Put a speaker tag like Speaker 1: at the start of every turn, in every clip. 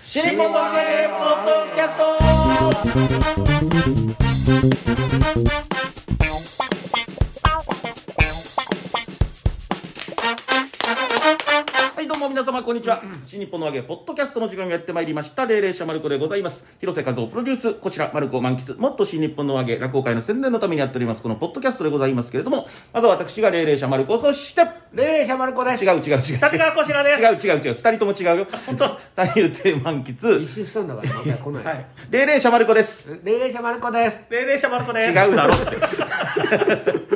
Speaker 1: シリポンポッドキャストはいどうも皆様こんにちは、新日本の揚げポッドキャストの時間がやってまいりました霊霊者マルコでございます広瀬和夫プロデュースこちらマルコを満喫もっと新日本の揚げ落語会の宣伝のためにやっておりますこのポッドキャストでございますけれどもまずは私が霊霊者マルコそして
Speaker 2: 霊霊者丸子です
Speaker 1: 違う違う違う違う
Speaker 3: 立川こしらです。
Speaker 1: 違う違う違う二人とも違う よ本当三遊亭満喫
Speaker 2: 一周したんだからまた来ない、
Speaker 3: はい。
Speaker 1: 霊霊者マルコです
Speaker 2: 霊霊者丸子です
Speaker 3: 霊霊者マルコです。
Speaker 1: 違うだろって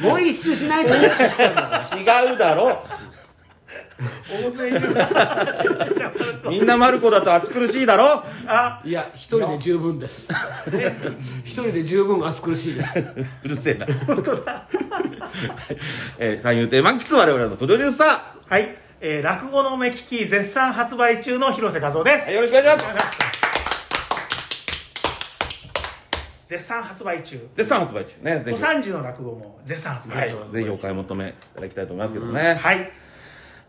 Speaker 2: もう一周しないと一周したんだから
Speaker 1: 違うだろ
Speaker 3: 大勢いる。霊霊者マルコ。
Speaker 1: みんなマルコだと暑苦しいだろ
Speaker 3: あ、
Speaker 2: いや一人で十分です 一人で十分暑苦しいです
Speaker 1: うるせえな本当だ、えー、三遊亭満喫我々のプロデューサ
Speaker 3: はい。えー、落語の目利き絶賛発売中の広瀬和夫で
Speaker 1: ー、
Speaker 3: す、
Speaker 1: はい、よろしくお願いします
Speaker 3: 絶賛発売中。
Speaker 1: 絶賛発売中ねぜ
Speaker 3: 小
Speaker 1: ひ
Speaker 3: 三時の落語も絶賛発
Speaker 1: は
Speaker 3: 売中。
Speaker 1: い、ぜひお買い求めいただきたいと思いますけどね、い、
Speaker 3: はい。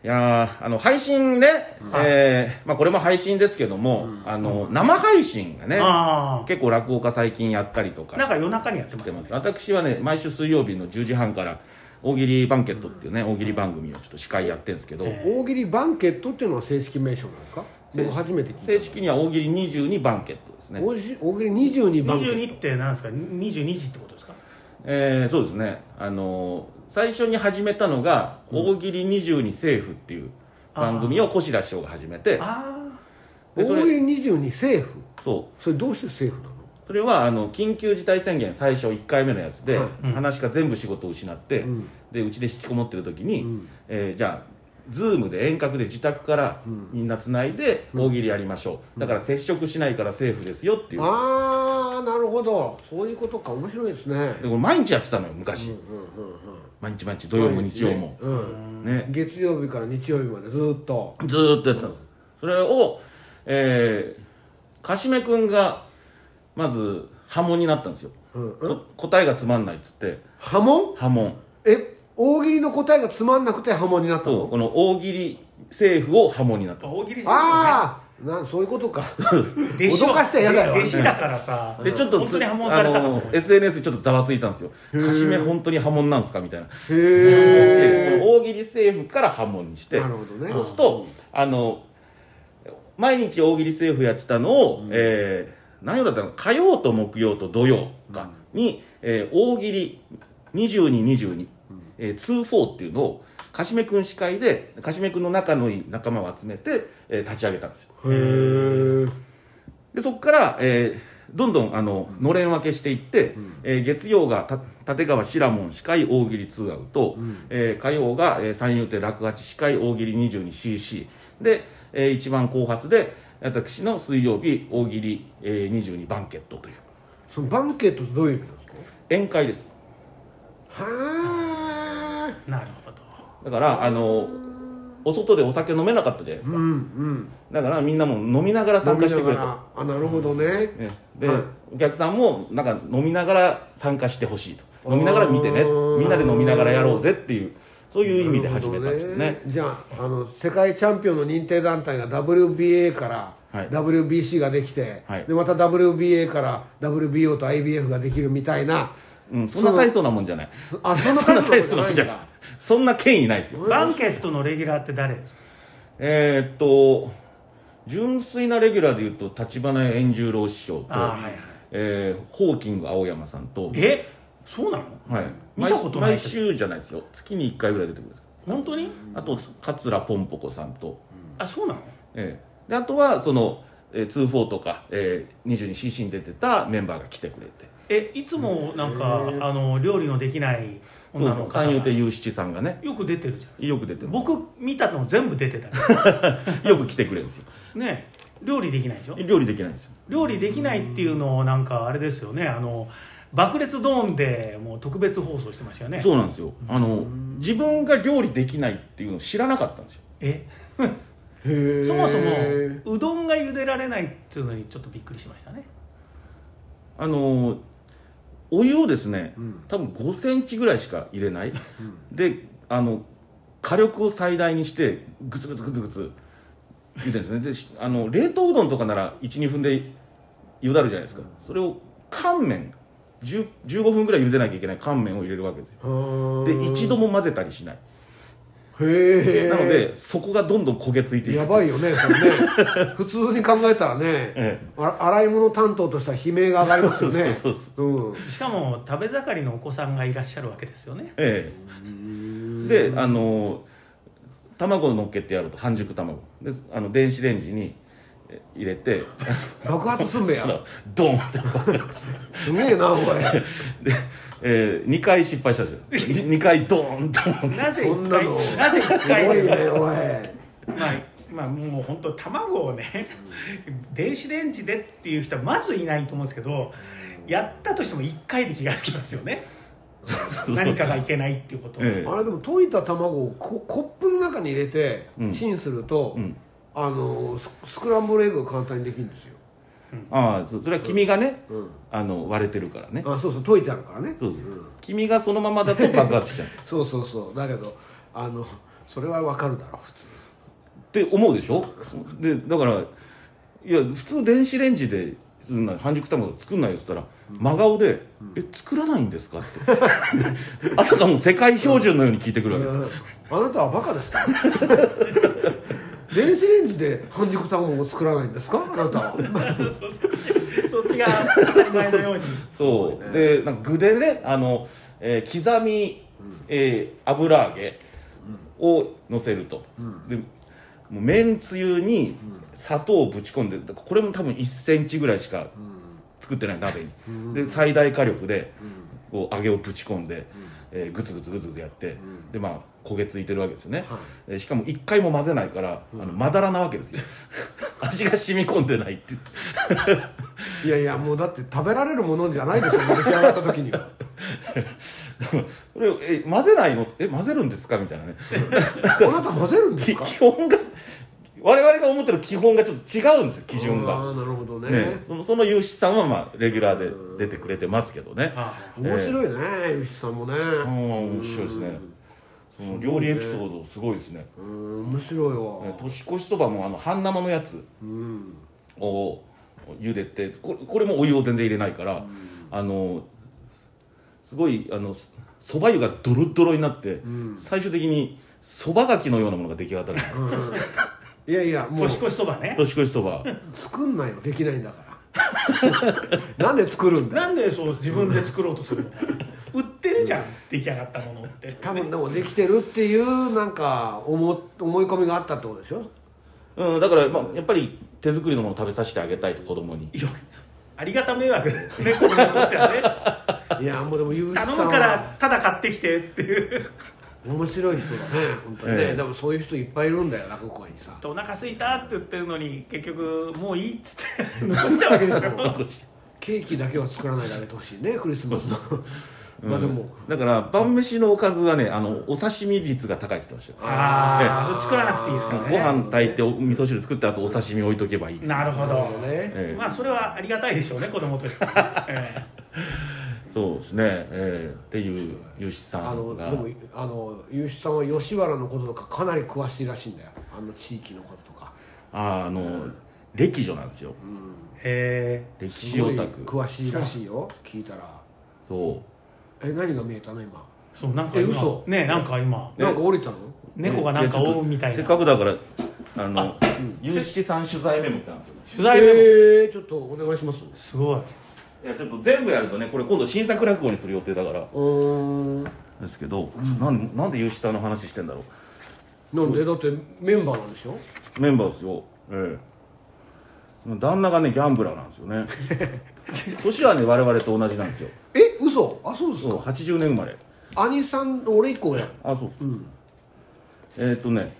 Speaker 1: やーあの配信ね、えーまあ、これも配信ですけども、あの生配信がね、
Speaker 3: あ
Speaker 1: 結構落語家最近やったりとか
Speaker 3: あ。なんか夜中にやってま
Speaker 1: して
Speaker 3: す。
Speaker 1: ます私はね毎週水曜日の10時半から大喜利バンケットっていうね大喜利番組をちょっと司会やってるんですけど、
Speaker 3: え
Speaker 2: 大喜利バンケットっていうのは正式名称なんですか
Speaker 1: 正式
Speaker 2: 僕初めて聞いた
Speaker 1: 正式には大喜利22バンケットですね
Speaker 2: 大喜大喜利22番
Speaker 3: 二十二ってなんですか。二十二時ってことですか。
Speaker 1: えー、そうですねあのー最初に始めたのが「大喜利22政府」っていう番組を越田師匠が始めて
Speaker 3: あ
Speaker 2: 大
Speaker 1: でそ
Speaker 2: 喜利
Speaker 1: れ
Speaker 2: 22政府
Speaker 1: そう
Speaker 2: それどうして政府なの
Speaker 1: それはあの緊急事態宣言最初1回目のやつで、
Speaker 2: はい
Speaker 3: うん
Speaker 1: 話が全部仕事を失って、
Speaker 2: うん
Speaker 1: でうちで引きこもってる時に、
Speaker 2: うん
Speaker 1: えーじゃあズームで遠隔で自宅からみんなつないで大喜利やりましょう、だから接触しないからセーフですよっていう、で
Speaker 2: ああなるほどそういうことか面白いですね
Speaker 1: これ毎日やってたのよ昔、毎日毎日土曜も日曜も、
Speaker 2: うんうん
Speaker 1: ね
Speaker 2: 月曜日から日曜日までずーっと
Speaker 1: ずーっとやってたんですそれをえー、かしめ君がまず波紋になったんですよ、
Speaker 2: うん
Speaker 1: こ答えがつまんないっつって
Speaker 2: 波紋
Speaker 1: 波紋
Speaker 2: え大喜利の答えがつまんなくて波紋になった
Speaker 1: そう
Speaker 2: の
Speaker 1: この大喜利政府を波紋になっ
Speaker 3: あ。
Speaker 1: たんで
Speaker 3: 大喜利すると
Speaker 2: ああなそういうこと か
Speaker 3: ね。弟子
Speaker 2: 脅
Speaker 3: の
Speaker 2: かしちゃ嫌だよ
Speaker 3: 弟子だからさ。
Speaker 1: すでちょっと
Speaker 3: 本当
Speaker 1: つ
Speaker 3: に破門
Speaker 1: あ
Speaker 3: されたかと思
Speaker 1: の
Speaker 3: う。
Speaker 1: SNS でちょっとざわついたんですよ「かしめ本当に波紋なんすか?」みたいな
Speaker 2: へ
Speaker 1: でそ
Speaker 2: え
Speaker 1: の大喜利政府から波紋にして
Speaker 2: なるほどね
Speaker 1: そうするとあの毎日大喜利政府やってたのを、えー何曜だったの火曜と木曜と土曜かに、えー大喜利2222、えー、24っていうのをかしめくん司会でかしめくんの仲のいい仲間を集めて、えー立ち上げたんですよ
Speaker 2: へえ
Speaker 1: でそこから、えーどんどんあののれん分けしていって、えー月曜がた立川志らもん司会大喜利ツーアウト、えー火曜が、えー三遊亭落八司会大喜利 22cc で、えー一番後発で私の水曜日大喜利、えー22バンケットという
Speaker 2: そのバンケットってどういう意味なんですか
Speaker 1: 宴会です
Speaker 2: はあ
Speaker 3: なるほど。
Speaker 1: だからあのお外でお酒飲めなかったじゃないです
Speaker 2: う
Speaker 1: か、
Speaker 2: んうん
Speaker 1: だからみんなも飲みながら参加してくれ
Speaker 2: 飲みなが
Speaker 1: と、
Speaker 2: らあなるほどね
Speaker 1: ねで、
Speaker 2: はい
Speaker 1: お客さんもなんか飲みながら参加してほしいと飲みながら見てね
Speaker 2: あー
Speaker 1: みんなで飲みながらやろうぜっていうそういう意味で始めたんですよね
Speaker 2: なるほどじゃああの世界チャンピオンの認定団体が WBA から
Speaker 1: はい
Speaker 2: WBC ができて、
Speaker 1: はい
Speaker 2: でまた WBA から WBO と IBF ができるみたいな
Speaker 1: うん、そんな大層なもんじゃない
Speaker 2: あそんな
Speaker 1: そんな
Speaker 2: 感
Speaker 1: 大
Speaker 2: じじ
Speaker 1: 層
Speaker 2: ゃ
Speaker 1: な
Speaker 2: な
Speaker 1: もん
Speaker 2: いん
Speaker 1: じゃない
Speaker 2: だ
Speaker 1: そんな権威ないですよ
Speaker 3: バンケットのレギュラーって誰ですか。
Speaker 1: えーっと純粋なレギュラーでいうと立花円十郎師匠と、
Speaker 3: あーはいはい
Speaker 1: えーホーキング青山さんと、
Speaker 3: え、そうなの？
Speaker 1: はい、
Speaker 3: 見たことない
Speaker 1: 毎週じゃないですよ月に1回ぐらい出てくるんです
Speaker 3: 本当に？
Speaker 1: あと桂ぽんぽこさんと
Speaker 3: あ、そうなの？
Speaker 1: ええ、であとはその、えー、24とか、えー、22cc に出てたメンバーが来てくれて
Speaker 3: えいつもなんか、あの料理のできない
Speaker 1: そう
Speaker 3: 女
Speaker 1: そ
Speaker 3: の
Speaker 1: う
Speaker 3: 方が
Speaker 1: 三遊亭
Speaker 3: よ
Speaker 1: 雄七さんがね
Speaker 3: く出てるじゃん
Speaker 1: よく出てます
Speaker 3: 僕見たの全部出 てたよ
Speaker 1: よく来てくれるんですよ
Speaker 3: ね料理できないでしょ
Speaker 1: 料理できないんですよ
Speaker 3: 料理できないっていうのをなんかあれですよねあの爆裂ドーンでもう特別放送してましたよね
Speaker 1: そうなんですよあの自分が料理できないっていうのを知らなかったんですよ
Speaker 3: え
Speaker 2: へえ
Speaker 3: そもそもうどんが茹でられないっていうのにちょっとびっくりしましたね
Speaker 1: あのーお湯をですね、
Speaker 2: うん
Speaker 1: 多分5センチぐらいしか入れない、であの火力を最大にしてグツグツグツグツみたいですねでしあの冷凍うどんとかなら12分で茹だるじゃないですかそれを乾麺10 15分ぐらい茹でなきゃいけない乾麺を入れるわけですよで一度
Speaker 2: も
Speaker 1: も混ぜたりしない
Speaker 2: へえ
Speaker 1: なのでそこがどんどん焦げついていく
Speaker 2: やばいよねそれね 普通に考えたらね、
Speaker 1: え
Speaker 2: あ洗い物担当としては悲鳴が上がりますよね
Speaker 1: そうそう
Speaker 2: うん
Speaker 3: しかも食べ盛りのお子さんがいらっしゃるわけですよね
Speaker 1: ええであの卵を乗っけてやると半熟卵であの電子レンジにえ入れて
Speaker 2: 爆発すんべ
Speaker 1: そした
Speaker 2: や
Speaker 1: らドーンって爆発して
Speaker 2: すげえなおい
Speaker 1: で、え2回失敗したじゃん2回ドーンと
Speaker 3: な ぜ
Speaker 2: そんな
Speaker 3: 一回
Speaker 2: の
Speaker 3: なぜ一
Speaker 2: すご
Speaker 3: 回
Speaker 2: いねおい
Speaker 3: まあ、まあもう本当卵をね電子レンジでっていう人はまずいないと思うんですけどやったとしても1回で気がつきますよね何かがいけないっていうことを、
Speaker 1: ええ
Speaker 2: あれでも溶いた卵をココップの中に入れて
Speaker 1: うん
Speaker 2: チンすると、
Speaker 1: うん
Speaker 2: あのススクランブルエッグが簡単にできるんですよ、
Speaker 1: ああそそれは黄身がね
Speaker 2: うん、
Speaker 1: あの割れてるからね
Speaker 2: あそうそう溶いてあるからね
Speaker 1: そうそう黄身がそのままだと爆発しちゃうっ
Speaker 2: そうそうそうだけどあのそれはわかるだろう普通
Speaker 1: て思うでしょでだからいや普通電子レンジでそんな半熟卵作んないよっつったら真顔で「え作らないんですか?」って あたかも世界標準のように聞いてくるわけですよ
Speaker 2: あなたはバカですか電子レンジで半熟卵を作らないんですかあなたは
Speaker 3: そそっちそっちが当たり前のように
Speaker 1: そう、でなんか具でねあの、えー刻み、えー油揚げをのせると、でもうめんつゆに砂糖をぶち込んでだからこれも多分1センチぐらいしか作ってない鍋に、で最大火力でこう揚げをぶち込んで、えーグツグツグツグツやって、でまあ焦げついてるわけですよね、えーしかも1回も混ぜないから、あのまだらなわけですよ 味が染み込んでないっていう
Speaker 2: いやいやもうだって食べられるものじゃないでしょ出来上がった時には
Speaker 1: これえ混ぜないのえ混ぜるんですかみたいなね
Speaker 2: あなた混ぜるんです
Speaker 1: き
Speaker 2: か
Speaker 1: 基本が我々が思ってる基本がちょっと違うんですよ基準
Speaker 2: あ
Speaker 1: が、
Speaker 2: ーなるほどね
Speaker 1: ね、そのその有志さんはまあレギュラーで出てくれてますけどね
Speaker 3: あ
Speaker 2: 面白いね、ゆきさんもね
Speaker 1: ああ面白いですねその料理エピソードすごいですね
Speaker 2: うん面白いわ、
Speaker 1: ね年越しそばもあの半生のやつ
Speaker 2: うん
Speaker 1: を茹でてこれこれもお湯を全然入れないから、あのすごいあのすそば湯がドロドロになって、最終的にそばがきのようなものが出来上がったの
Speaker 2: うんいやいやもう
Speaker 3: 年越しそばね
Speaker 1: 年越しそば
Speaker 2: 作んないよできないんだからなんで作るんだよ
Speaker 3: なんでそう自分で作ろうとするの売ってるじゃん出来上がったものって
Speaker 2: 多分でもできてるっていうなんか思思い込みがあったってことでしょ
Speaker 1: うん、だから、まあ、やっぱり手作りのものを食べさせてあげたいと子供に
Speaker 3: いやありがた迷惑だよね子供にとってはね
Speaker 2: いやもうでもゆうきさん
Speaker 3: 頼
Speaker 2: は
Speaker 3: むからただ買ってきてっていう
Speaker 2: 面白い人だね本当にね、
Speaker 1: ええ
Speaker 2: でもそういう人いっぱいいるんだよ落語会にさ
Speaker 3: お腹すいたって言ってるのに結局もういいっつって 残しちゃうわけでしょ
Speaker 2: ケーキだけは作らないであげてほしいねクリスマスのまあでも、
Speaker 1: だから晩飯のおかずはねあのお刺身率が高いって言ってましたよ
Speaker 3: ああ作らなくていいですから
Speaker 1: ご
Speaker 3: ね
Speaker 1: 飯炊いてお味噌汁作ってあとお刺身置いとけばいい
Speaker 3: なるほ
Speaker 2: なるほ
Speaker 3: ど
Speaker 2: どね
Speaker 1: ええ
Speaker 3: まあそれはありがたいでしょうね子供として、え
Speaker 1: そうですね、ええっていう吉さ
Speaker 2: あ
Speaker 1: ん
Speaker 2: ので
Speaker 1: が
Speaker 2: もあの結城さんは吉原のこととかかなり詳しいらしいんだよあの地域のこととか
Speaker 1: ああの歴女なんですよ
Speaker 3: えへ
Speaker 1: 歴
Speaker 2: す
Speaker 1: 史
Speaker 2: ご
Speaker 1: オ
Speaker 2: い
Speaker 1: タク
Speaker 2: 詳しいらしいよ聞いたら
Speaker 1: そ
Speaker 2: え何が見えたの今
Speaker 3: えそうなんか
Speaker 2: え
Speaker 3: 今
Speaker 2: 嘘
Speaker 3: ねなんか今
Speaker 1: え
Speaker 2: なんか降りたの
Speaker 1: う
Speaker 3: 猫がなんか追うみたい
Speaker 1: せっ
Speaker 3: な
Speaker 1: か
Speaker 3: 取
Speaker 1: くだからあの吉さん取材メモってあるんですよね
Speaker 3: 材メモ、
Speaker 2: えー、ちょっとお願いしますう
Speaker 3: すごい
Speaker 1: いやちょっと全部やるとねこれ今度新作落語にする予定だから
Speaker 2: ーん
Speaker 1: ですけど、なんなんで吉さんの話してんだろう
Speaker 2: なんでだってメンバーなんでしょ
Speaker 1: メンバーですよ、ええ、旦那がねギャンブラーなんですよね 年はね我々と同じなんですよ
Speaker 2: え嘘あそうです
Speaker 1: そう
Speaker 2: か
Speaker 1: 80年生まれ
Speaker 2: 兄さん俺以降やん
Speaker 1: あそう、えーっ、とね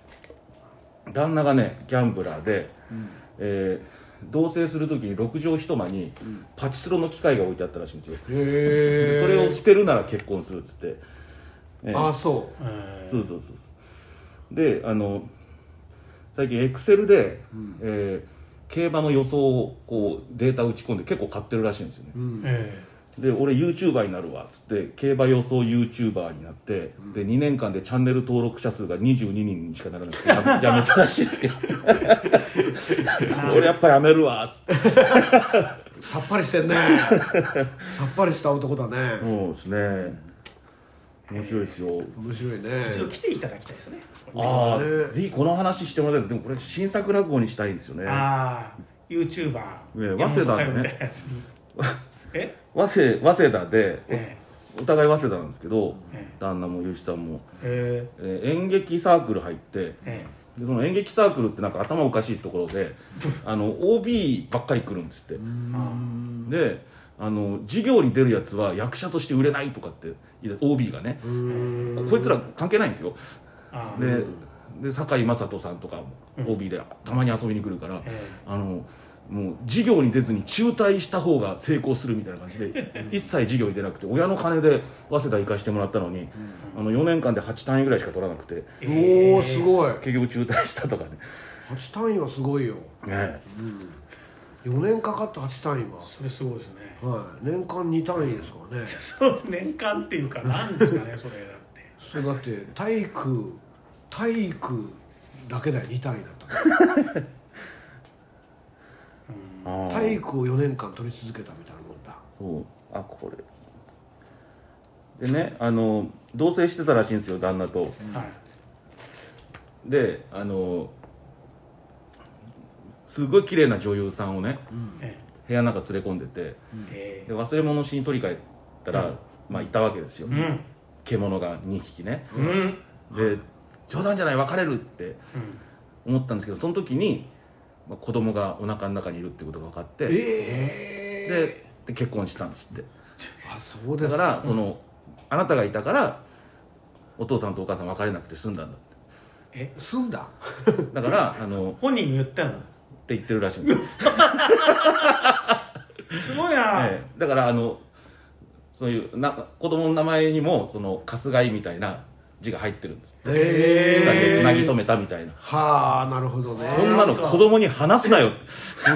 Speaker 1: 旦那がねギャンブラーで、えー同棲する時に6畳一間にパチスロの機械が置いてあったらしいんですよ、
Speaker 2: へ
Speaker 1: で
Speaker 2: え
Speaker 1: それを捨てるなら結婚するっつって、ええ
Speaker 2: あそ
Speaker 3: え
Speaker 1: そうそうそうそうであの最近エクセルで、えー競馬の予想をこうデータ打ち込んで結構買ってるらしいんですよね、
Speaker 2: う、うん、
Speaker 3: え
Speaker 1: で俺 YouTuber になるわっつって競馬予想 YouTuber になって、で2年間でチャンネル登録者数が22人にしかならなくてやめ やめたらしいですけ ど俺やっぱやめるわっつって
Speaker 2: さっぱ りしてんねさっぱりした男だね
Speaker 1: そうですね面白いですよ
Speaker 2: 面白いね
Speaker 3: 一度来ていただきたいですね
Speaker 1: ああ、
Speaker 2: ね
Speaker 1: ぜひこの話してもらいたいですでもこれ新作落語にしたいんですよね
Speaker 3: ああ YouTuber
Speaker 1: え早稲田でね
Speaker 3: 山本佳代みたいなやつにえ
Speaker 1: 早稲早稲田で
Speaker 3: え
Speaker 1: お互い早稲田なんですけど
Speaker 3: え
Speaker 1: 旦那も吉さんも、
Speaker 3: え
Speaker 1: えー演劇サークル入って
Speaker 3: ええ
Speaker 1: でその演劇サークルってなんか頭おかしいところ であの OB ばっかり来るんですってであの授業に出るやつは役者として売れないとかって言って OB がね
Speaker 2: うーん
Speaker 1: ここいつら関係ないんですよ
Speaker 3: ああ
Speaker 1: でで堺雅人さんとかも
Speaker 3: うん
Speaker 1: OB でたまに遊びに来るから、
Speaker 3: え
Speaker 1: あのもう授業に出ずに中退した方が成功するみたいな感じで一切授業に出なくて親の金で早稲田行かしてもらったのに、あの4年間で8単位ぐらいしか取らなくて
Speaker 3: え
Speaker 2: おおす
Speaker 3: い
Speaker 2: ごい
Speaker 1: 結局中退したとかね
Speaker 2: 8単位はすごいよ
Speaker 1: ね
Speaker 2: 4年かかった8単位
Speaker 3: それすごいですね
Speaker 2: は、はい、年間2単位ですからね
Speaker 3: そう年間っていうかなんですかねそれだって
Speaker 2: そうだって体育体育だけだよ2単位だったか
Speaker 1: あ
Speaker 2: ら
Speaker 1: ー
Speaker 2: 体育を4年間取り続けたみたいなもんだ
Speaker 1: そうあこれでねあの同棲してたらしいんですよ旦那と
Speaker 3: はい
Speaker 1: であのすごい綺麗な女優さんをね
Speaker 3: え
Speaker 1: 部屋の中連れ込んでて
Speaker 3: え
Speaker 1: で忘れ物しに取り替えたら、まあいたわけですよ、
Speaker 3: うん
Speaker 1: 獣が2匹ね
Speaker 3: うんうん
Speaker 1: で冗談じゃない別れるって思ったんですけどその時に、まあ、子供がお腹の中にいるってことが分かって
Speaker 2: ええ
Speaker 1: でで結婚したんですって
Speaker 2: あそうで
Speaker 1: だ
Speaker 2: す
Speaker 1: からそのあなたがいたからお父さんとお母さん別れなくて済んだんだっ
Speaker 3: え
Speaker 2: 済んだ
Speaker 1: てだからあの
Speaker 3: 本人に言ったの
Speaker 1: って言ってるらしいんですよ、
Speaker 3: すごいな、
Speaker 1: ええだからあのそういうな子供の名前にもその「春日井」みたいな字が入ってるんです
Speaker 2: え
Speaker 1: つな
Speaker 2: え
Speaker 1: ぎつなぎ止めたみたいな
Speaker 2: はあなるほどね
Speaker 1: そんなの子供に話すなよって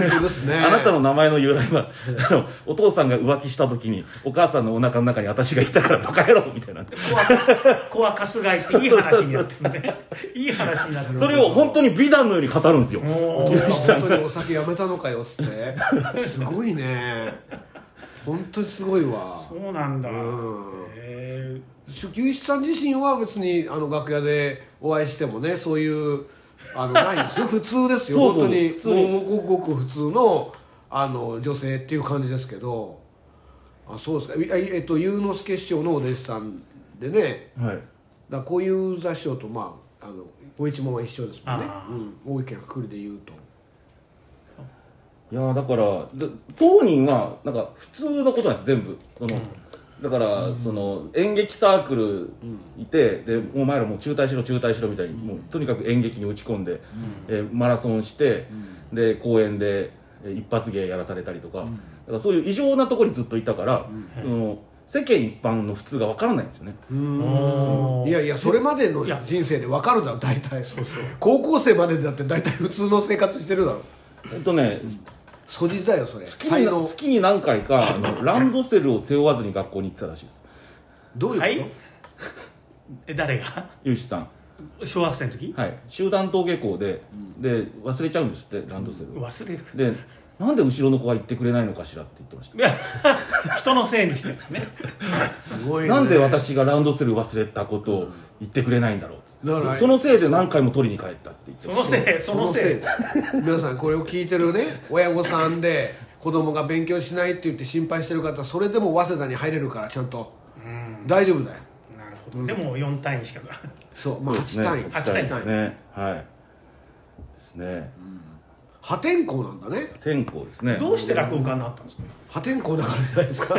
Speaker 2: 本当ですね
Speaker 1: あなたの名前の由来は、あの、お父さんが浮気した時に、お母さんのお腹の中に私がいたからバカ野郎みたいな。
Speaker 3: コアカ スコアカスガイっていい話になってるね いい話になってる
Speaker 1: それを本当に美談のように語るんですよ。
Speaker 2: お
Speaker 3: おお
Speaker 2: 父さん本当にお酒やめたのかよっつってすごいね本当にすごいわ
Speaker 3: そうなんだ、
Speaker 2: うん
Speaker 3: え
Speaker 2: 牛一さん自身は別にあの楽屋でお会いしてもねそういう あのないんですよ普通ですよ
Speaker 1: そうそう
Speaker 2: 本当に
Speaker 1: 普通に
Speaker 2: もうごくごく普通のあの女性っていう感じですけどあそうですかいあいえっと祐之介師匠のお弟子さんでね
Speaker 1: はい。
Speaker 2: だからこういう座師匠とまああのご一門は一緒ですもんね
Speaker 3: あ、
Speaker 2: うん、大きなくくりで言うと
Speaker 1: いやーだから、で当人は、なんか、普通のことなんです、全部。その、だから、その、演劇サークルいて、で、お前らもう中退しろ、中退しろみたいに、もう、とにかく演劇に打ち込んで、えーマラソンして、で、公演で、えー一発芸やらされたりとか、だからそういう異常なところにずっといたから、その、世間一般の普通がわからないんですよね。
Speaker 3: ー、おー
Speaker 2: いやいやそれまでの
Speaker 3: いや
Speaker 2: 人生で分かるだろ大体高校生までだって大体普通の生活してるだろ
Speaker 1: えっとね、
Speaker 2: 素地だよそれ
Speaker 1: 月
Speaker 2: 才
Speaker 1: に
Speaker 2: 能
Speaker 1: 月に何回かあのランドセルを背負わずに学校に行ってたらしいです
Speaker 2: どういうこ
Speaker 3: は
Speaker 2: と、
Speaker 3: いえ誰が
Speaker 1: ゆうしさん
Speaker 3: 小学生の時、
Speaker 1: はい集団登下校で、で忘れちゃうんですってランドセルを、
Speaker 3: 忘れる
Speaker 1: でなんで後ろの子は行ってくれないのかしらって言ってました
Speaker 3: いや人のせいにしてるね
Speaker 2: すごいね
Speaker 1: なんで私がランドセル忘れたことを言ってくれないんだろう、
Speaker 2: だから
Speaker 1: そそのせいで何回も取りに帰ったって言って
Speaker 3: そ
Speaker 1: ま
Speaker 3: のせいそのせい
Speaker 2: 皆さんこれを聞いてるね親御さんで子供が勉強しないって言って心配してる方それでも早稲田に入れるからちゃんと
Speaker 3: うん
Speaker 2: 大丈夫だよ
Speaker 3: なるほど、でも4単位しかない
Speaker 2: そうまあ
Speaker 1: す
Speaker 2: 8単位
Speaker 1: ね
Speaker 3: 八単位
Speaker 1: 八ですねはいですね
Speaker 2: 破天荒なんだね
Speaker 1: 天候ですね
Speaker 3: どうして落語家になったんですか
Speaker 2: 破天荒だからじゃないですか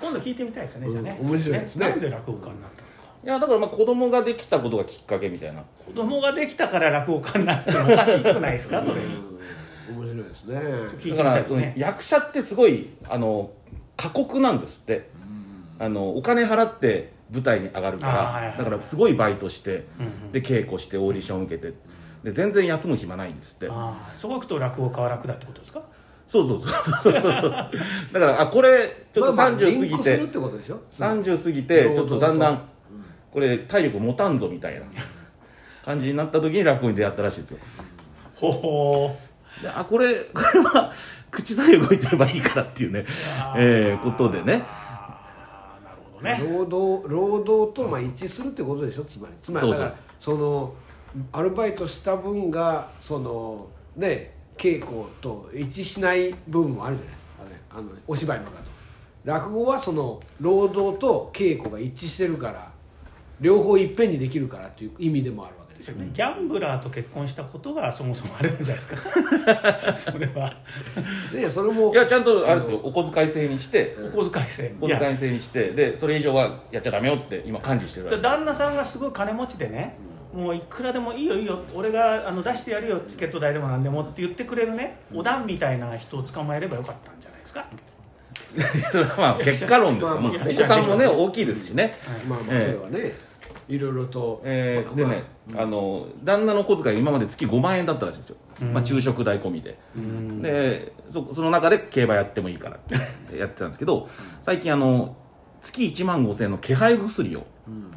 Speaker 3: 今度聞いてみたいですよね、
Speaker 2: うん
Speaker 3: じゃあね
Speaker 2: 面白いですね
Speaker 3: なんで落語家になったのか
Speaker 1: いやだからまあ子供ができたことがきっかけみたいな
Speaker 3: 子供ができたから落語家になってもおかしくないですかそれ
Speaker 2: うん面白いですね
Speaker 3: 聞いてみ
Speaker 1: だか
Speaker 3: たい
Speaker 1: ら
Speaker 3: で
Speaker 1: そ
Speaker 3: す
Speaker 1: の
Speaker 3: ね
Speaker 1: 役者ってすごいあの過酷なんですってあのお金払って舞台に上がるか
Speaker 3: あーはいはい
Speaker 1: らだからすごいバイトして
Speaker 3: うんうん
Speaker 1: で稽古してオーディション受けてで全然休む暇ないんですって
Speaker 3: ああそういくと落語家は楽だってことですか
Speaker 1: そうそうそうそうそうそうだからあこれちょっと
Speaker 2: まあま
Speaker 1: 30
Speaker 2: あ
Speaker 1: 過
Speaker 2: リン
Speaker 1: ぎ
Speaker 2: クす
Speaker 1: て
Speaker 2: るってことでしょ
Speaker 1: 30過ぎてちょっとだんだ
Speaker 2: うん
Speaker 1: んこれ体力持たんぞみたいな感じになった時に落語に出会ったらしいんですよ
Speaker 3: ほほ
Speaker 1: であこれこれは口さえ動いてればいいからっていうね
Speaker 3: ー
Speaker 1: えーことでね
Speaker 3: あーなるほどね
Speaker 2: 労働労働とまあ一致するってことでしょつまりつまり
Speaker 1: そう
Speaker 2: だ
Speaker 1: そう
Speaker 2: からそのアルバイトした分がそのね稽古と一致しない部分もあるじゃないですかあのあのお芝居のかと落語はその労働と稽古が一致してるから両方いっぺんにできるからという意味でもあるわけでし ょ
Speaker 3: ギャンブラーと結婚したことがそもそもあれなんじゃないですか それは
Speaker 2: ねそれも
Speaker 1: いやちゃんとあれですよお小遣い制にして
Speaker 3: お小遣い制
Speaker 1: お
Speaker 3: い
Speaker 1: 小
Speaker 3: や
Speaker 1: 遣い制にしてでそれ以上はやっちゃダメよって今管理してるらしい
Speaker 3: 旦那さんがすごい金持ちでね、もういくらでもいいよいいよ俺があの出してやるよチケット代でも何でもって言ってくれるね、おだんみたいな人を捕まえればよかったんじゃないですか、
Speaker 1: それはまあ結果論ですよ、
Speaker 2: まあ
Speaker 1: も
Speaker 2: ま
Speaker 1: う
Speaker 2: あ
Speaker 1: お子さんもね大きいですしね、
Speaker 2: まあまあそれはねいろいろと
Speaker 1: えーで
Speaker 2: まあ
Speaker 1: ね、あの旦那の小遣い今まで月5万円だったらしいんですよ、まあ、昼食代込みで、でそその中で競馬やってもいいからってやってたんですけど最近あの月1万5000円の気配薬を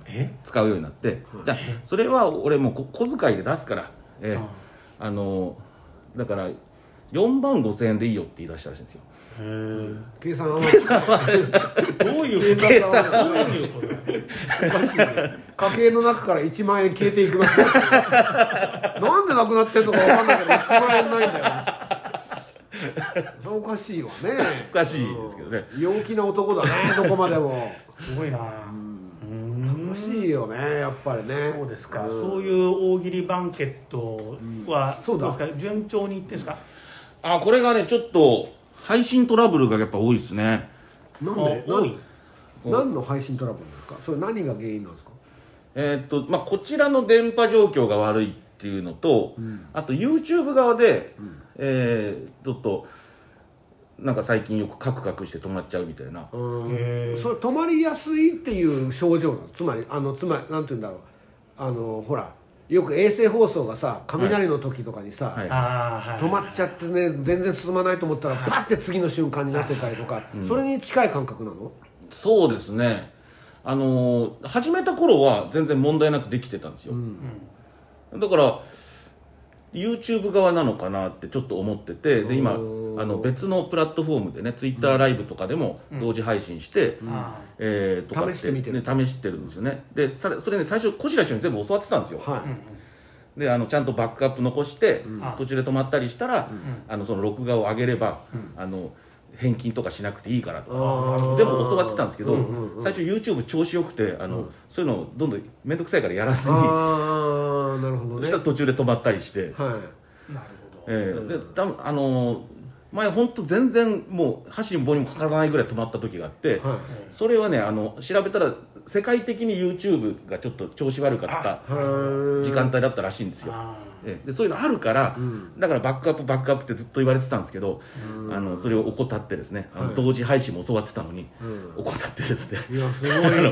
Speaker 3: え
Speaker 1: 使うようになって、じゃあそれは俺もうこ小遣いで出すから、えー
Speaker 3: うん
Speaker 1: あのだから4万5000円でいいよって言い出したらしいんですよ
Speaker 2: 計算合わない
Speaker 3: どういうこと
Speaker 2: 計算
Speaker 3: どういうことだよ
Speaker 2: おかしいね家計の中から1万円消えていくななんでなくなってんのか分かんないけど1万円ないんだよおかしいわね
Speaker 1: おかしいですけどね
Speaker 2: うん陽気な男だねどこまでも
Speaker 3: すごいなうん
Speaker 2: おかしいよねやっぱりね
Speaker 3: そうですか、
Speaker 2: ん
Speaker 3: そういう大喜利バンケットは
Speaker 2: そう
Speaker 3: ど
Speaker 2: だ
Speaker 3: うですか順調にいってんですか、
Speaker 1: あこれがねちょっと配信トラブルがやっぱ多いですね
Speaker 2: なん
Speaker 3: あ
Speaker 2: で
Speaker 3: 多い
Speaker 2: 何何の配信トラブルですかそれ何が原因なんですか
Speaker 1: えーっとまあ、こちらの電波状況が悪いっていうのと、あと YouTube 側で、えーちょっとなんか最近よくカクカクして止まっちゃうみたいな、
Speaker 2: うん
Speaker 3: へー
Speaker 2: それ止まりやすいっていう症状なのつまりあのつまりなんて言うんだろうあのほらよく衛星放送がさ雷の時とかにさ、
Speaker 1: はい
Speaker 3: あーはい
Speaker 2: 止まっちゃってね全然進まないと思ったらパッて次の瞬間になってたりとか、それに近い感覚なの、
Speaker 1: そうですねあのー始めた頃は全然問題なくできてたんですよ、だから YouTube 側なのかなってちょっと思っててで今あ
Speaker 2: おー
Speaker 1: の別のプラットフォームでね Twitter ライブとかでも同時配信して、
Speaker 3: あ
Speaker 1: えーとかっ
Speaker 2: 試してみてる
Speaker 1: ね、試してるんですよねでそれそれね最初こしらしに全部教わってたんですよ
Speaker 2: はい、
Speaker 3: ーうん
Speaker 1: であのちゃんとバックアップ残して、
Speaker 3: あ
Speaker 1: 途中で止まったりしたら、あのその録画を上げれば、あの返金とかしなくていいからとか
Speaker 2: あー
Speaker 1: 全部教わってたんですけど、
Speaker 2: うんうんうん
Speaker 1: 最初 YouTube 調子よくてあの、そういうのをどんどん面倒くさいからやらずに
Speaker 2: ああなるほど
Speaker 1: そ
Speaker 2: ね
Speaker 1: したら途中で止まったりして、
Speaker 2: はい
Speaker 3: なるほど、
Speaker 1: えーで多分あのー前本当全然もう箸に棒にもかからないぐらい止まった時があって、
Speaker 2: は
Speaker 1: それはねあの調べたら世界的に YouTube がちょっと調子悪かった
Speaker 2: いはい
Speaker 1: 時間帯だったらしいんですよ
Speaker 3: あー
Speaker 1: ええでそういうのあるから、だからバックアップバックアップってずっと言われてたんですけど、あのそれを怠ってですね、あの
Speaker 2: はい
Speaker 1: 同時配信も教わってたのに、怠ってですね
Speaker 2: いやすごいね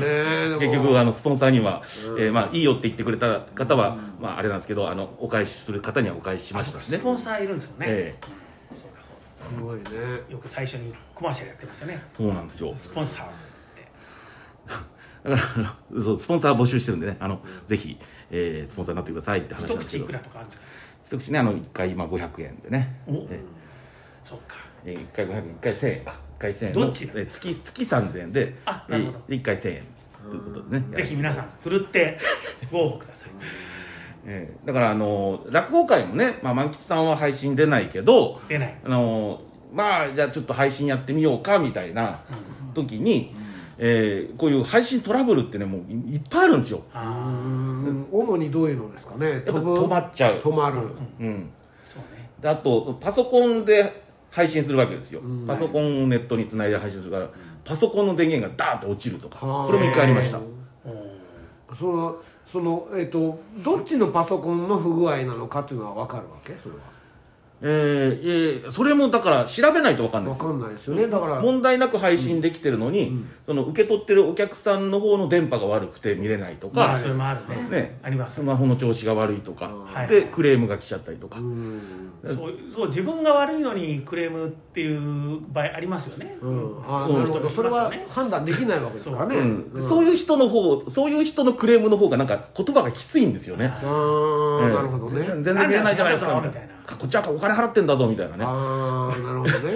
Speaker 2: で
Speaker 1: 結
Speaker 2: も
Speaker 1: 局あのスポンサーには、ええまあ、いいよって言ってくれた方は、まあ、あれなんですけどあのお返しする方にはお返ししましたし
Speaker 3: ス
Speaker 1: ね
Speaker 3: ポンサーいるんですよね、
Speaker 1: え
Speaker 3: うんそうだそう
Speaker 2: すごいね
Speaker 3: だよく最初にコマーシャルやってますよね
Speaker 1: そうなんですよ
Speaker 3: スポンサーですって
Speaker 1: だからあのそうスポンサー募集してるんでねあの、ぜひ、ええスポンサーになってくださいって話なん
Speaker 3: 一
Speaker 1: です
Speaker 3: 口
Speaker 1: け
Speaker 3: い
Speaker 1: ど
Speaker 3: くらとかあるんですか
Speaker 1: 一口ねあの1回今500円でね
Speaker 3: おそっか
Speaker 1: えー、1回500円1回1000円か1回1000円の
Speaker 3: どっちだ
Speaker 1: えー月月3000円で
Speaker 3: あなるほど
Speaker 1: えー1回1000円ということでね
Speaker 3: ぜひ皆さんふるってご応募ください
Speaker 1: えーだからあのー落語会もね、まあ、万吉さんは配信出ないけど
Speaker 3: 出ない
Speaker 1: あのーまあじゃあちょっと配信やってみようかみたいな時に、えーこういう配信トラブルってねもういいっぱいあるんですよ
Speaker 2: う
Speaker 3: ああ
Speaker 2: ん主にどういうのですかね
Speaker 1: やっぱ止まっちゃう
Speaker 2: 止まる、
Speaker 1: うん
Speaker 3: そうね
Speaker 1: であとパソコンで配信するわけですよ、パソコンをネットにつないで配信するから、パソコンの電源がダーンと落ちるとか
Speaker 2: はあ
Speaker 1: これも一回ありました
Speaker 3: おー
Speaker 2: そのそのえっ、とどっちのパソコンの不具合なのかっていうのは分かるわけそれは
Speaker 1: えーえーそれもだから調べないと分かんない
Speaker 2: わ
Speaker 1: です
Speaker 2: か
Speaker 1: よ
Speaker 2: んないですよねだから
Speaker 1: 問題なく配信できてるのに、その受け取ってるお客さんの方の電波が悪くて見れないと
Speaker 3: ま
Speaker 1: か、
Speaker 3: あそれもあるね
Speaker 1: ね
Speaker 3: あります
Speaker 1: スマホの調子が悪いとか、
Speaker 3: はい
Speaker 1: でクレームが来ちゃったりとか、
Speaker 2: うん
Speaker 3: そうそう自分が悪いのにクレームっていう場合ありますよね、
Speaker 2: うんああ
Speaker 1: そう
Speaker 2: なるほどそれ
Speaker 3: そう
Speaker 2: は
Speaker 3: ですよね
Speaker 2: 判断できないわけですからね
Speaker 1: うんそういう人の方そういう人のクレームの方がなんか言葉がきついんですよね、
Speaker 2: あー
Speaker 1: ええ
Speaker 2: なるほどね
Speaker 1: 全然見れないじゃないですか
Speaker 3: なんだよ
Speaker 1: みたいなこっちはお金払ってんだぞみたいなね、
Speaker 2: ああなるほどね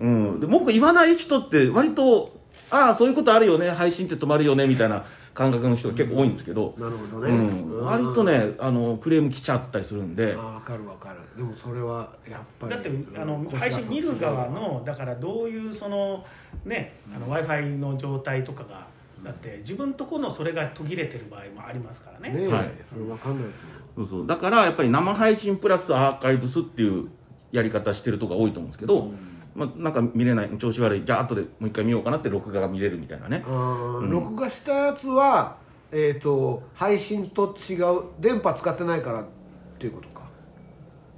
Speaker 1: うん、で文句言わない人って割とああそういうことあるよね配信って止まるよねみたいな感覚の人が結構多いんですけど、
Speaker 2: なるほど
Speaker 1: う
Speaker 2: ね
Speaker 1: ん
Speaker 2: うん
Speaker 1: 割とねあのクレーム来ちゃったりするん
Speaker 2: あ
Speaker 1: で
Speaker 2: あわかるわかるでもそれはやっぱり
Speaker 3: だってあ
Speaker 2: うん
Speaker 3: の
Speaker 2: 腰が
Speaker 3: 配信見る側のだからどういうそのね w i f i の状態とかがだって自分とこのそれが途切れてる場合もありますからね
Speaker 2: ねえ
Speaker 1: はい
Speaker 2: それわかんないです
Speaker 1: そうそうだからやっぱり生配信プラスアーカイブスっていうやり方してるとこが多いと思うんですけど、まあ、なんか見れない調子悪いじゃあ後でもう一回見ようかなって録画が見れるみたいなね
Speaker 2: もんあ
Speaker 1: う
Speaker 2: ー
Speaker 1: ん
Speaker 2: 録画したやつはえっと配信と違う電波使ってないからっていうことか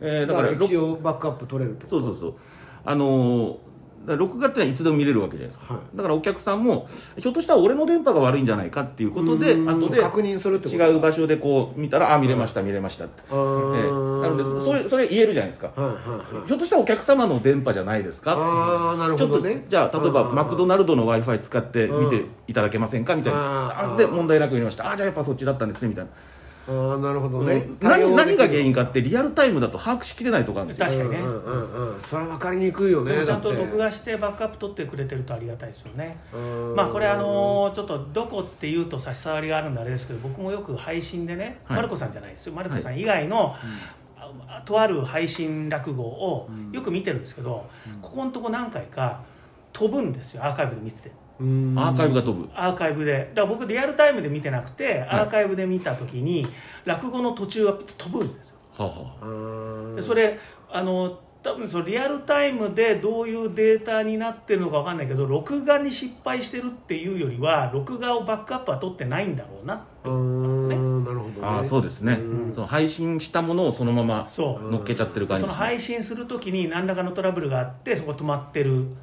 Speaker 1: えーだ
Speaker 2: だ
Speaker 1: か
Speaker 2: からら
Speaker 1: ろ
Speaker 2: 一応バックアップ取れるってこと
Speaker 1: そうそうそうあのーだから録画ってのはいつでも見れるわけじゃないですか、
Speaker 2: はい
Speaker 1: だからお客さんもひょっとしたら俺の電波が悪いんじゃないかっていうことで
Speaker 2: うん
Speaker 1: 後で
Speaker 2: 確認するってこと
Speaker 1: 違う場所でこう見たらあ見れました見れましたって、え
Speaker 2: あー
Speaker 1: ーなのでそれそれ言えるじゃないですか、
Speaker 2: はいはいはい
Speaker 1: ひょっとしたらお客様の電波じゃないですか
Speaker 2: ああなる
Speaker 1: ち
Speaker 2: ほ
Speaker 1: ょっと
Speaker 2: どね
Speaker 1: じゃあ例えばマクド
Speaker 2: ナ
Speaker 1: ナルドの w i f i 使って見ていただけませんかみたい
Speaker 2: あー
Speaker 1: な
Speaker 2: あ
Speaker 1: あ
Speaker 2: ー
Speaker 1: で問題なく見ましたあーじゃあやっぱそっちだったんですねみたいな、
Speaker 2: ああなるほどね
Speaker 1: うん何何が原
Speaker 2: 因
Speaker 1: 因かってリアルタイムだと把握しきれないとこあるんですよ
Speaker 3: 確かにね
Speaker 2: うんうんうんうんそれは分かりにくいよ
Speaker 3: で
Speaker 2: ね
Speaker 3: もちゃんと録
Speaker 2: だっ
Speaker 3: 画してバックアップ取ってくれてるとありがたいですよね
Speaker 2: てうん
Speaker 3: まあこれあのーちょっとどこっていうと差し障りがあるんであれですけど僕もよく配信でね、
Speaker 1: はい
Speaker 3: マルコさんじゃないですよマルコさん以外の、あとある配信落語をよく見てるんですけど、ここのとこ何回か飛ぶんですよアーカイブで見てて
Speaker 2: うん
Speaker 1: アーカイブが飛ぶ
Speaker 3: アーカイブでだから僕リアルタイムで見てなくて、アーカイブで見た時に落語の途中は飛ぶんですよ
Speaker 1: はあは
Speaker 2: あ
Speaker 3: で
Speaker 2: ー
Speaker 3: それあの多分そのリアルタイムでどういうデータになってるのか分かんないけど録画に失敗してるっていうよりは録画をバックアップは取ってないんだろうな
Speaker 2: うーんなるほどね
Speaker 1: ああーそうですね、
Speaker 2: うん
Speaker 1: その配信したものをそのまま
Speaker 3: そう
Speaker 1: 乗っけちゃってる感じ
Speaker 3: そ
Speaker 1: で
Speaker 3: の
Speaker 1: すね、
Speaker 3: 配信するときに何らかのトラブルがあってそこ止まってるって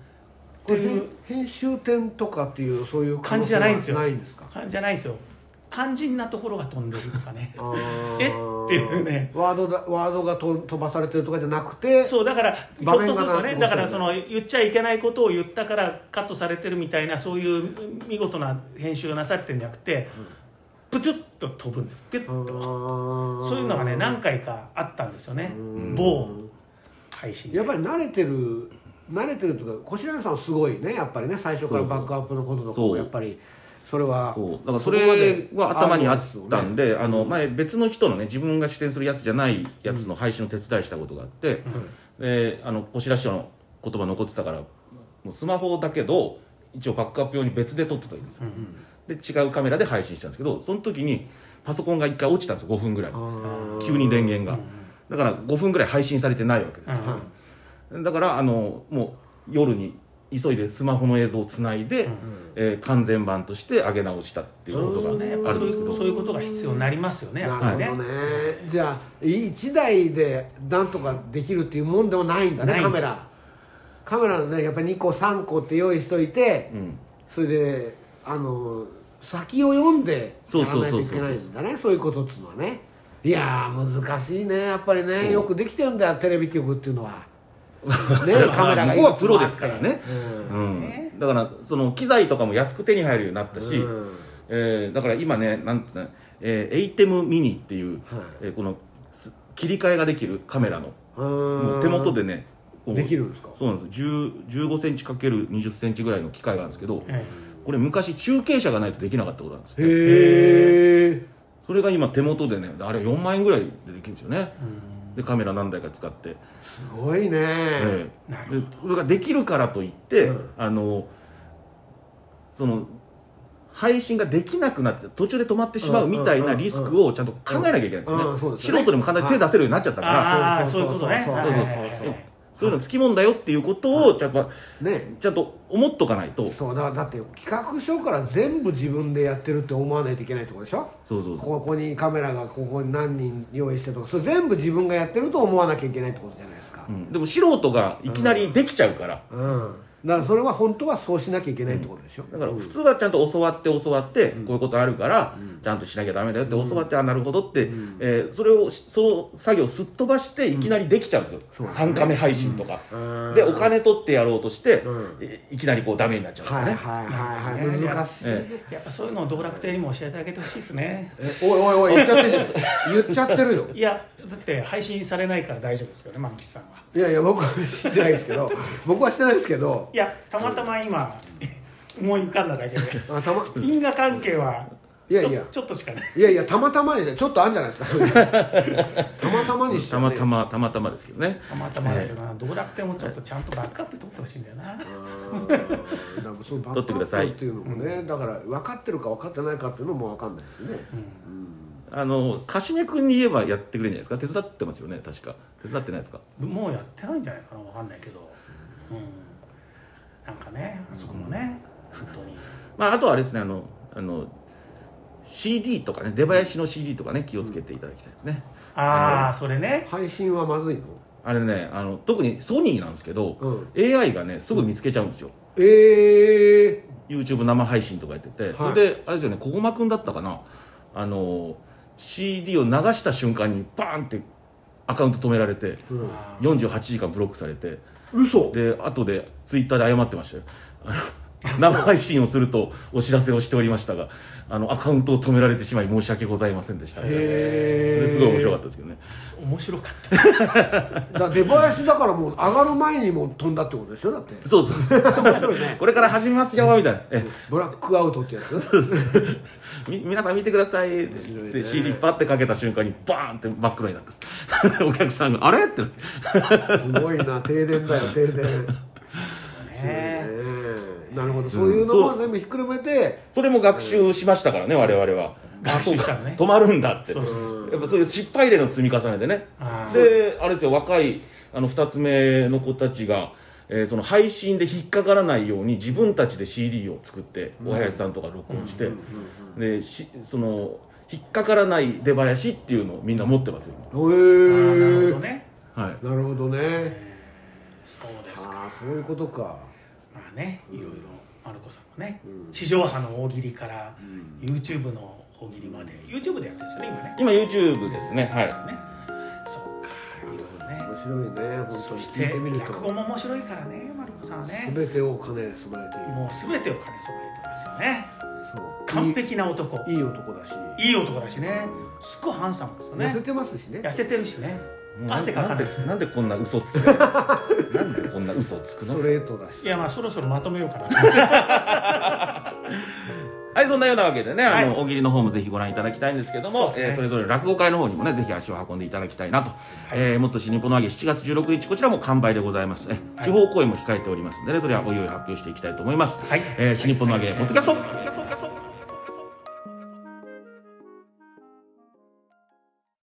Speaker 2: これ
Speaker 3: いう
Speaker 2: 編集点とかっていうそういう
Speaker 3: 感じじゃないんですよ
Speaker 2: ないんですか
Speaker 3: 感じじゃないですよ肝心なところが飛んでるとかね
Speaker 2: あー
Speaker 3: えっていうね
Speaker 2: ワードだワードがと飛ばされてるとかじゃなくて
Speaker 3: そうだからひ
Speaker 2: 場
Speaker 3: ょっ
Speaker 2: 面が
Speaker 3: とするとね
Speaker 2: な
Speaker 3: だからその言っちゃいけないことを言ったからカットされてるみたいなそういう見事な編集がなされてるんじゃなくて、プチュッと飛ぶんですピュ
Speaker 2: あ
Speaker 3: ッと
Speaker 2: ー
Speaker 3: そういうのがね何回かあったんですよね
Speaker 2: うん
Speaker 3: 某配信で
Speaker 2: やっぱり慣れてる慣れてるというか越谷さんはすごいねやっぱりね最初からバックアップのこととか
Speaker 1: そ
Speaker 2: も
Speaker 1: う
Speaker 2: やっぱりそれは
Speaker 1: そうだからそ
Speaker 2: こまで
Speaker 1: れは頭にあったん
Speaker 2: る
Speaker 1: であの前別の人のね自分が出演するやつじゃないやつの配信を手伝いしたことがあって、であの小白師匠の言葉残ってたからもうスマホだけど一応バックアップ用に別で撮ってたんですよ、で違うカメラで配信したんですけどその時にパソコンが1回落ちたんですよ5分ぐらい
Speaker 2: んですよ
Speaker 1: 急
Speaker 2: ね
Speaker 1: に電源が、だから5分ぐらい配信されてないわけです
Speaker 3: う、ん
Speaker 2: は
Speaker 1: だからあのもう夜に急いでスマホの映像をつないで、えー完全版として上げ直したっていうことが
Speaker 3: そうねやっぱ
Speaker 1: ある
Speaker 3: そ
Speaker 1: んで
Speaker 3: うい
Speaker 1: すけど
Speaker 3: うそういうことが必要になりますよねやっぱ
Speaker 2: なる
Speaker 3: りね
Speaker 2: ほどねじゃあ1台でなんとかできるっていうもんでもないんだ
Speaker 3: な
Speaker 2: ね
Speaker 3: い
Speaker 2: カメラカメラのねやっぱり2個3個って用意しといて
Speaker 1: うん
Speaker 2: それであの先を読んで
Speaker 1: そ
Speaker 2: や
Speaker 1: う
Speaker 2: ら
Speaker 1: そうそう
Speaker 2: ないとい
Speaker 1: そう
Speaker 2: けないんだねそういうことっつうのはねいやー難しいねやっぱり
Speaker 1: そう
Speaker 2: ねよくできてるんだよテレビ局っていうの はね
Speaker 1: そう
Speaker 2: カメラが
Speaker 1: 向こうはプロですからね
Speaker 2: うん
Speaker 1: うん、だからその機材とかも安く手に入るようになったし、
Speaker 2: うん
Speaker 1: えーだから今ねなんてね、えー、エイテムミニっていう、えーこのす切り替えができるカメラの、も
Speaker 2: う
Speaker 1: うん手元でねこう
Speaker 2: できるんですか
Speaker 1: そうなんです1 5センチ× 2 0ンチぐらいの機械があるんですけど
Speaker 3: え
Speaker 1: これ昔中継車がないとできなかったことなんですって
Speaker 2: へえ
Speaker 1: それが今手元でねあれ4万円ぐらいでできるんですよね
Speaker 3: えうん
Speaker 1: でカメラ何台か使って、
Speaker 2: すごいね
Speaker 1: ええ
Speaker 3: なる
Speaker 1: でそれができるからといって、
Speaker 2: うん
Speaker 1: あのその配信ができなくなって途中で止まってしまうみたいなリスクをちゃんと考えなきゃいけないんですね,、
Speaker 2: うんうんそうですね
Speaker 1: 素人でもかなり手出せるようになっちゃったから、
Speaker 3: ああそういうことね
Speaker 2: そう
Speaker 1: そうそうそうそう
Speaker 3: はい
Speaker 1: そういうのつきもんだよっていうことをやっぱ
Speaker 2: ね
Speaker 1: ちゃんと思っとかないと
Speaker 2: そうだだって企画書から全部自分でやってるって思わないといけないところでしょ
Speaker 1: そうそうそう
Speaker 2: ここにカメラがここに何人用意してとかそれ全部自分がやってると思わなきゃいけないってことじゃないですか
Speaker 1: うん、でも素人がいきなりできちゃうから、
Speaker 2: うん、だからそれは本当はそうしなきゃいけないってことでしょ、
Speaker 1: だから
Speaker 2: うん
Speaker 1: 普通はちゃんと教わって教わって、こういうことあるから、ちゃんとしなきゃダメだよって教わって、あなるほどって、えーそれをしその作業をすっ飛ばしていきなりできちゃうんですよ、
Speaker 2: そうですね
Speaker 1: 3カメ配信とか、
Speaker 2: うん
Speaker 1: でお金取ってやろうとして、
Speaker 2: うん
Speaker 1: えいきなりこうダメになっちゃうと
Speaker 2: は
Speaker 1: か
Speaker 2: い
Speaker 1: ね、
Speaker 2: はいはいはい
Speaker 3: ね
Speaker 2: 難しい、
Speaker 1: ええ
Speaker 3: やっぱそういうのを道楽亭にも教えてあげてほしいですね
Speaker 2: えおいおいおい言っちゃってるよ言っちゃってるよ
Speaker 3: いやだって配信されないから大丈夫ですよね満喫さんはい
Speaker 2: やいや僕は知ってないですけど僕は知ってないですけど
Speaker 3: いやたまたま今思い浮かんだだけで
Speaker 2: あたま
Speaker 3: 因果関係はい
Speaker 2: やいや
Speaker 3: ちょちょっとしかない
Speaker 2: いやいやたまたまにねちょっとあるんじゃないですかそういうのたまたまにして、
Speaker 1: た
Speaker 2: ね、
Speaker 1: またまたまたまですけどね
Speaker 3: たまたまだけどな道楽亭もちょっとちゃんとバックアップ取ってほしいんだよな
Speaker 2: うんだからそのバックアップっていうのもねだから分かってるか分かってないかっていうのも分かんないですね、
Speaker 1: あのかしめ君に言えばやってくれるんじゃないですか手伝ってますよね確か手伝ってないですか
Speaker 3: もうやってないんじゃないかなわかんないけどうんなんかねあそこもね本当に
Speaker 1: まあ、あとはあれですねあのあの CD とかね出囃子の CD とかね気をつけていただきたいですね、
Speaker 3: ああそれね
Speaker 2: 配信はまずいの
Speaker 1: あれねあの特にソニーなんですけど、
Speaker 2: うん
Speaker 1: AI がねすぐ見つけちゃうんですよ、
Speaker 2: ええ
Speaker 1: YouTube 生配信とかやってて、
Speaker 2: い
Speaker 1: それであれですよね小駒くんだったかなあの CD を流した瞬間にバーンってアカウント止められて
Speaker 2: うん、
Speaker 3: あ
Speaker 1: 48時間ブロックされて
Speaker 2: 嘘
Speaker 1: で後でツイッターで謝ってましたよあの生配信をするとお知らせをしておりましたがあのアカウントを止められてしまい申し訳ございませんでしたみたいなそ
Speaker 2: へ
Speaker 1: れすごい面白かったたですけどね
Speaker 3: ー面白かった
Speaker 2: だから出囃子だからもう上がる前にもう飛んだってことでしょだって
Speaker 1: そうそうそう これから始めますよみたいなえ
Speaker 2: ブラックアウトってやつ
Speaker 1: み皆さん見てくださいって
Speaker 2: 白いね
Speaker 1: で CD パッてかけた瞬間にバーンって真っ黒になって お客さんが「あれ?」って
Speaker 2: すごいな停電だよ停電
Speaker 3: ね
Speaker 2: ええなるほどそういうのも全部ひっくるめて、
Speaker 1: それも学習しましたからね我々は
Speaker 3: 学習したのね
Speaker 1: あそう か止まるんだって
Speaker 3: そうそうそう
Speaker 1: やっぱそういう失敗例の積み重ねでね
Speaker 3: あー
Speaker 1: であれですよ若いあの2つ目の子たちが、えーその配信で引っかからないように自分たちで CD を作っておはやしさんとか録音して、でしその引っかからない出囃子っていうのをみんな持ってますよ、
Speaker 2: ええ
Speaker 3: あーなるほどね
Speaker 1: はい、
Speaker 2: なるほどね
Speaker 3: そうですか
Speaker 2: ああそういうことか
Speaker 3: まあねいろいろマルコさんもね、地上波の大喜利から、YouTube の大喜利まで YouTube でやってるんですよね今ね
Speaker 1: 今 YouTube ですねはい
Speaker 3: ねそうかいろいろね
Speaker 2: 面白いね本当
Speaker 3: そ
Speaker 2: に
Speaker 3: し
Speaker 2: 聞い
Speaker 3: て
Speaker 2: てみると
Speaker 3: 落語も面白いからねマルコさんはね
Speaker 2: 全てを兼ね備えている
Speaker 3: もう全てを兼ね備えてますよね
Speaker 2: そう
Speaker 3: 完璧な男
Speaker 2: いいいい男だし
Speaker 3: いい男だしねすっごいハンサムですよ
Speaker 2: 痩
Speaker 3: ね
Speaker 2: せてますしね
Speaker 3: 痩せてるしね
Speaker 1: もう
Speaker 3: 汗かかない
Speaker 1: んでなんでこんな嘘 つくのなんでこんな嘘つく
Speaker 2: ス
Speaker 1: の
Speaker 2: トレートだし
Speaker 3: いやまあそろそろまとめようかな
Speaker 1: はい、そんなようなわけでね、
Speaker 3: はい
Speaker 1: あの、大喜利の方もぜひご覧いただきたいんですけども、
Speaker 3: そう
Speaker 1: そ,、
Speaker 3: ですね
Speaker 1: えーそれぞれ落語会の方にもね、ぜひ足を運んでいただきたいなと。えーもっと新日本の揚げ7月16日、こちらも完売でございますね。
Speaker 3: はい
Speaker 1: 地方公演も控えておりますんでね、それはおいおい発表していきたいと思います。
Speaker 3: はい
Speaker 1: えー新日本の揚げ、ポッドキャスト、